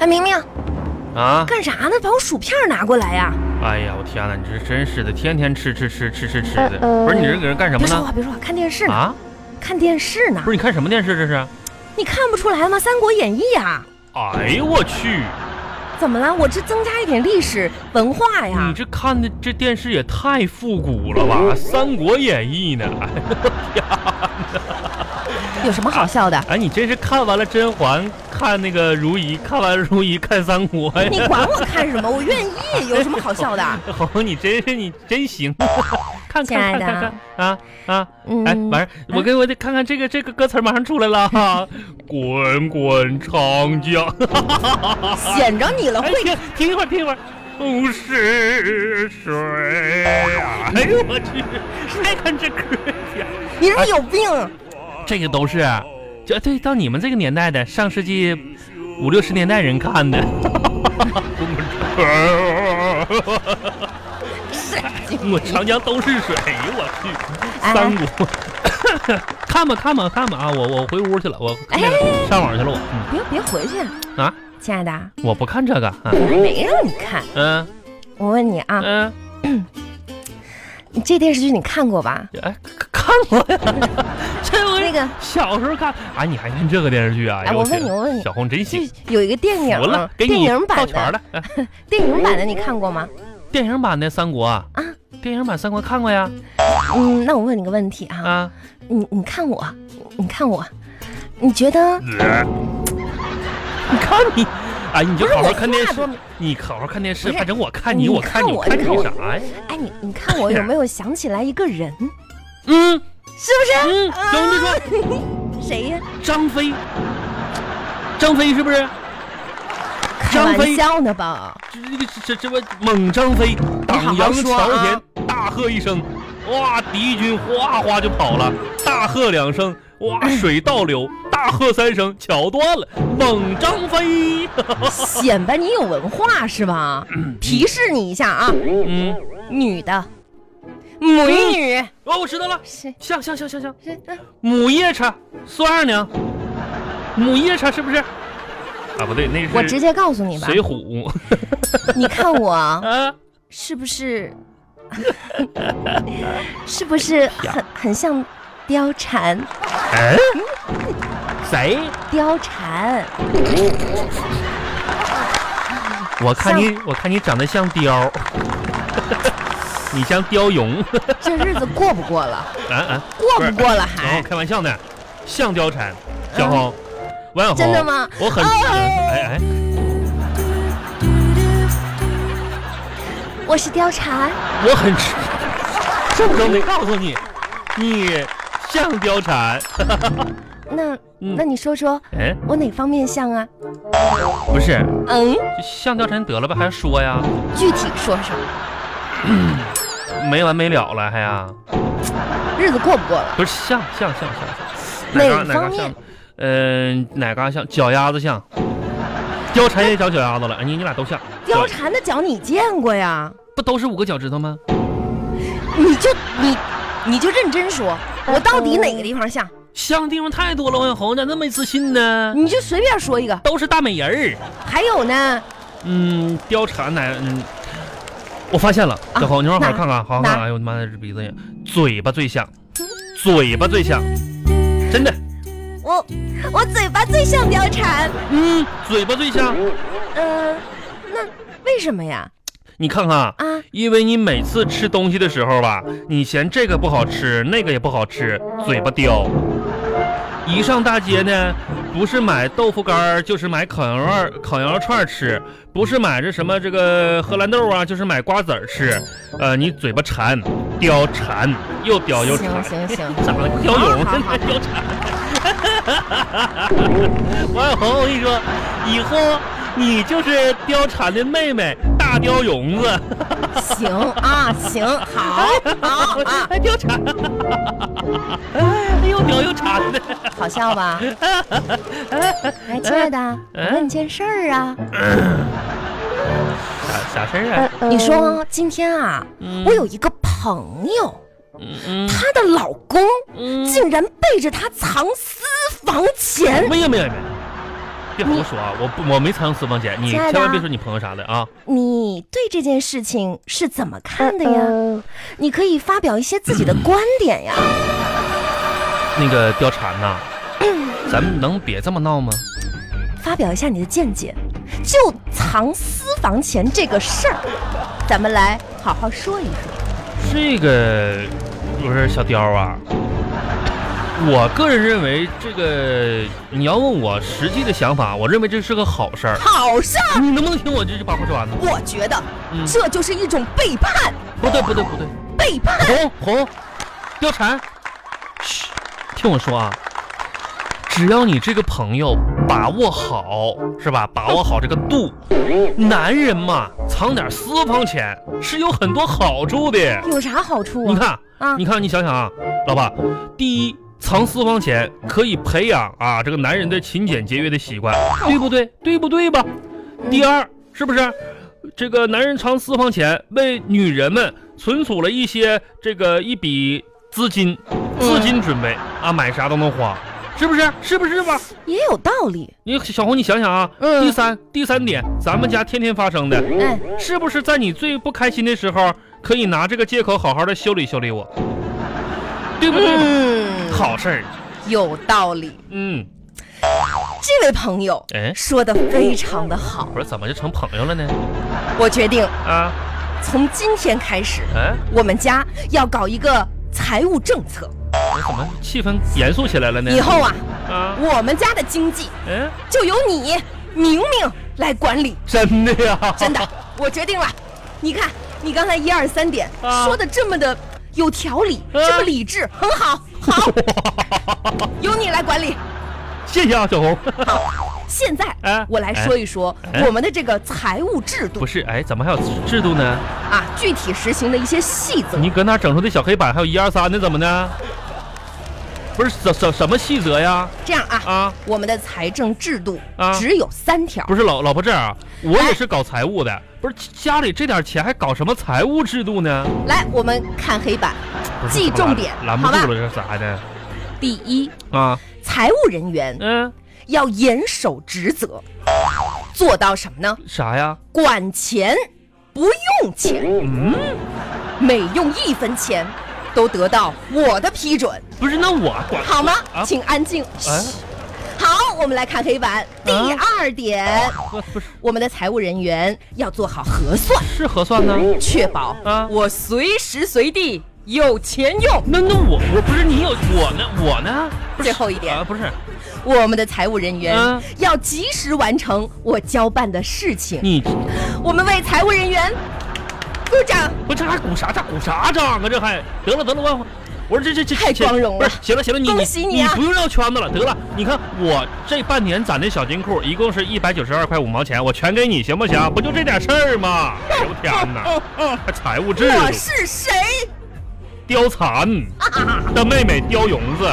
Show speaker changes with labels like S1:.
S1: 哎明明，
S2: 啊！
S1: 干啥呢？把我薯片拿过来呀、
S2: 哎呀，我天哪，你这真是的，天天吃吃吃吃吃吃的，不是你这搁这干什么
S1: 别说
S2: 呢？
S1: 话，呃别说话，看电视呢，
S2: 啊，
S1: 看电视呢
S2: 不。是你看什么电视这是？
S1: 你看不出来吗？《三国演义》呀，
S2: 哎呦我去，
S1: 怎么了？我这增加一点历史文化呀
S2: 你。这看的这电视也太复古了吧，
S1: 嗯
S2: 《三国演义》呢？
S1: 有什么好笑的？
S2: 哎，你真是看完了甄嬛，看那个如懿，看完如懿看三国呀。
S1: 你管我看什么？我愿意。有什么好笑的？
S2: 红，哦你真是你真行，啊 看看
S1: 亲爱
S2: 看
S1: 的
S2: 看看啊啊！哎，
S1: 嗯，
S2: 完事儿我给我得看看这个这个歌词儿马上出来 了哈，滚滚长江。
S1: 显着你了，
S2: 哎，
S1: 哦会
S2: 停停一会儿，停一会儿。不是水啊！哎呦我去，谁看这歌呀？
S1: 你是
S2: 哎
S1: 不是有病？
S2: 这个都是，这对到你们这个年代的，上世纪五六十年代人看 的。
S1: 神经
S2: 我长江都是水，哎呦我去，
S1: 哎
S2: 三国。 看吧看吧看吧啊！我我回屋去了，我
S1: 哎
S2: 上网去了我。嗯
S1: 别别回去
S2: 啊！
S1: 亲爱的啊，
S2: 我不看这个啊。
S1: 没让你看。
S2: 嗯
S1: 我问你啊，
S2: 嗯，
S1: 你这电视剧你看过吧？
S2: 哎，看过呀，这我
S1: 那个
S2: 小时候看，哎，你还看这个电视剧啊？
S1: 哎我问你
S2: 天
S1: 我问你
S2: 小红真
S1: 就
S2: 行，
S1: 有一个电影啊
S2: 服了，，给
S1: 电
S2: 你
S1: 影
S2: 抱
S1: 版
S2: 拳
S1: 的，
S2: 了。哎
S1: 电影版的你看过吗？
S2: 电影版的《三国》啊
S1: 啊，
S2: 电影版《三国》看过呀？
S1: 嗯，那我问你个问题啊，
S2: 啊，
S1: 你你看我，你看我，你觉得
S2: 你看你，哎，你就好好看电
S1: 不是我
S2: 视
S1: 话多，
S2: 你好好看电视，
S1: 不是
S2: 反正我看你，
S1: 你
S2: 我看
S1: 看
S2: 你，
S1: 我
S2: 看
S1: 你
S2: 你
S1: 看我
S2: 啥呀？
S1: 哎，你你看我有没有想起来一个人？
S2: 嗯
S1: 是不
S2: 嗯，小红就说
S1: 是？ 谁呀？
S2: 张飞，张飞是不是？
S1: 开
S2: 张
S1: 玩
S2: 飞
S1: 笑呢吧？
S2: 这这这这这不猛张飞
S1: 好
S2: 挡
S1: 好
S2: 阳
S1: 说
S2: 桥
S1: 啊
S2: 前，大喝一声，哇，敌军哗哗就跑了。大喝两声，哇，水倒流。大喝三声，桥断了。猛张飞，
S1: 显摆你有文化是吧？提示你一下啊，
S2: 嗯，
S1: 女的，母一女
S2: 哦，我知道了，
S1: 是
S2: 像像像像像
S1: 是嗯
S2: 母夜叉孙二娘，母夜叉是不是？啊，不对，那是
S1: 我直接告诉你吧，
S2: 水浒
S1: 你看 我
S2: 啊，
S1: 是不是， 是不是很很像貂蝉？
S2: 嗯，谁？
S1: 貂蝉，
S2: 我看你，我看你长得像貂，你像貂蛹，
S1: 这日子过不过了？
S2: 啊啊，
S1: 过不过了
S2: 然
S1: 还嗯
S2: 后？开玩笑呢，像貂蝉，小红，万红，
S1: 真的吗
S2: 我很，
S1: 哦
S2: 哎哎，
S1: 我是貂蝉，
S2: 我很吃， 这我都没告诉你，你像貂蝉，
S1: 那
S2: 嗯
S1: 那你说说
S2: 哎，
S1: 我哪方面像啊？
S2: 不是，
S1: 嗯，
S2: 就像貂蝉得了吧，还说呀，
S1: 具体说说，
S2: 没完没了了还呀，
S1: 日子过不过了？
S2: 不是像像像像
S1: 哪
S2: 像，哪嘎
S1: 方
S2: 像
S1: 面？
S2: 嗯、哪嘎像？脚丫子像，貂蝉也长脚丫子了，哎你你俩都像，
S1: 貂蝉的脚你见过呀？
S2: 不都是五个脚趾头吗？
S1: 你就你你就认真说，我到底哪个地方像？
S2: 像的地方太多了，万红，咋那么没自信呢？
S1: 你就随便说一个。
S2: 都是大美人儿。
S1: 还有呢？
S2: 嗯，貂蝉哪？嗯，我发现了，
S1: 啊
S2: 小红，你让我好
S1: 哪
S2: 好看看，好好看
S1: 哪
S2: 看。哎呦我的妈，这鼻子呀，嘴巴最像，嘴巴最像，真的，
S1: 我我嘴巴最像貂蝉。
S2: 嗯，嘴巴最像。
S1: 嗯、那为什么呀？
S2: 你看看啊，
S1: 啊，
S2: 因为你每次吃东西的时候吧，你嫌这个不好吃，那个也不好吃，嘴巴刁。一上大街呢，不是买豆腐干儿，就是买烤羊肉儿、烤羊肉串儿吃；不是买这什么这个荷兰豆啊，就是买瓜子儿吃。呃，你嘴巴馋，刁馋，又刁又馋
S1: 行。行行，
S2: 长得刁勇，
S1: 好好
S2: 真
S1: 好
S2: 的貂蝉。 王小红，我跟你说，以后你就是貂蝉的妹妹，大貂勇子。
S1: 行啊，行，好，好啊，
S2: 还貂蝉， 哎呦，貂又蝉的，
S1: 好笑吧？哎，亲爱的，我问你件事儿啊，
S2: 啥啥事儿啊？
S1: 你说今天啊，
S2: 嗯
S1: 哎我有一个朋友，
S2: 嗯
S1: 她的老公
S2: 嗯，
S1: 竟然背着她藏私房钱，
S2: 没有没有没有，别胡说啊！我不我没参与私房钱，你
S1: 亲爱
S2: 千
S1: 的
S2: 万别说你朋友啥的啊！
S1: 你对这件事情是怎么看的呀？
S3: 呃
S1: 你可以发表一些自己的观点呀。
S2: 那个貂蝉呐，
S1: 嗯
S2: 咱们能别这么闹吗？
S1: 发表一下你的见解，就藏私房钱这个事儿，咱们来好好说一说。
S2: 这个不是小貂啊，我个人认为这个你要问我实际的想法，我认为这是个好事儿。
S1: 好事儿，
S2: 你能不能听我这句把话说完呢？
S1: 我觉得
S2: 嗯，
S1: 这就是一种背叛，
S2: 不对不对不对，
S1: 背叛。
S2: 红红，貂蝉，嘘，听我说啊，只要你这个朋友把握好，是吧？把握好这个度，男人嘛，藏点私房钱是有很多好处的。
S1: 有啥好处
S2: 你
S1: 啊？
S2: 看，
S1: 啊
S2: 你看，你想想啊，老爸，第一，藏私房钱可以培养啊这个男人的勤俭节约的习惯，对不对？对不对吧？第二，是不是这个男人藏私房钱，为女人们存储了一些这个一笔资金，资
S1: 嗯
S2: 金准备啊，买啥都能花，是不是？是不是吧？
S1: 也有道理。
S2: 你小红，你想想啊，
S1: 嗯
S2: 第三第三点，咱们家天天发生的，
S1: 哎，
S2: 是不是在你最不开心的时候，可以拿这个借口好好的修理修理我，对不对？
S1: 嗯，
S2: 好事儿，
S1: 有道理。
S2: 嗯，
S1: 这位朋友
S2: 哎，
S1: 说的非常的好，
S2: 不是怎么就成朋友了呢？
S1: 我决定
S2: 啊，
S1: 从今天开始，
S2: 哎，
S1: 我们家要搞一个财务政策。
S2: 我怎么气氛严肃起来了呢？
S1: 以后啊，
S2: 啊，
S1: 我们家的经济
S2: 嗯，
S1: 就由你明明来管理。
S2: 真的呀，
S1: 真 的，我决定了。你看，你刚才一二三点、
S2: 啊
S1: 说的这么的有条理，
S2: 啊
S1: 这么理智，很好， 好，由你来管理。
S2: 谢谢啊，小红。
S1: 现在、
S2: 啊
S1: 我来说一说
S2: 哎
S1: 我们的这个财务制度
S2: 不是，哎，怎么还有制度呢？
S1: 啊，具体实行的一些细则。
S2: 你搁哪整出的小黑板还有一二三呢？怎么呢？不是什什什么细则呀？
S1: 这样啊，
S2: 啊，
S1: 我们的财政制度
S2: 啊
S1: 只有三条。
S2: 不是老老婆这样啊，我
S1: 哎
S2: 也是搞财务的，不是家里这点钱还搞什么财务制度呢？
S1: 来，我们看黑板，
S2: 不是
S1: 记
S2: 这不
S1: 重
S2: 拦
S1: 点，
S2: 拦不
S1: 好吧嗯
S2: 住了，这咋的
S1: 第一，
S2: 啊？
S1: 财务人员
S2: 嗯，
S1: 要严守职责，做到什么呢？
S2: 啥呀？
S1: 管钱不用钱，
S2: 嗯，
S1: 每用一分钱都得到我的批准，
S2: 不是，那我管
S1: 好吗？
S2: 啊
S1: 请安静。
S2: 哎啊
S1: 嘘好，我们来看黑板。第二点，
S2: 不不是
S1: 我们的财务人员要做好核算，
S2: 是核算呢？
S1: 确保
S2: 啊
S1: 我随时随地有钱用。
S2: 那那我我不是你有我呢我呢？不是
S1: 最后一点
S2: 啊，不是
S1: 我们的财务人员
S2: 嗯
S1: 要及时完成我交办的事情。
S2: 你
S1: 我们为财务人员鼓掌。
S2: 我这还鼓啥掌鼓啥掌啊？这还得了得了，我我说这这这
S1: 太
S2: 这
S1: 光荣了
S2: 不是行了行了，你
S1: 恭喜
S2: 你
S1: 你啊
S2: 不用绕圈子了，得了，你看我这半年攒的小金库一共是一百九十二块五毛钱，我全给你行不行？
S1: 哦
S2: 不就这点事儿吗？ 哎呦天哪，还财务制
S1: 我
S2: 度，
S1: 是谁？
S2: 貂蝉的妹妹貂蓉子。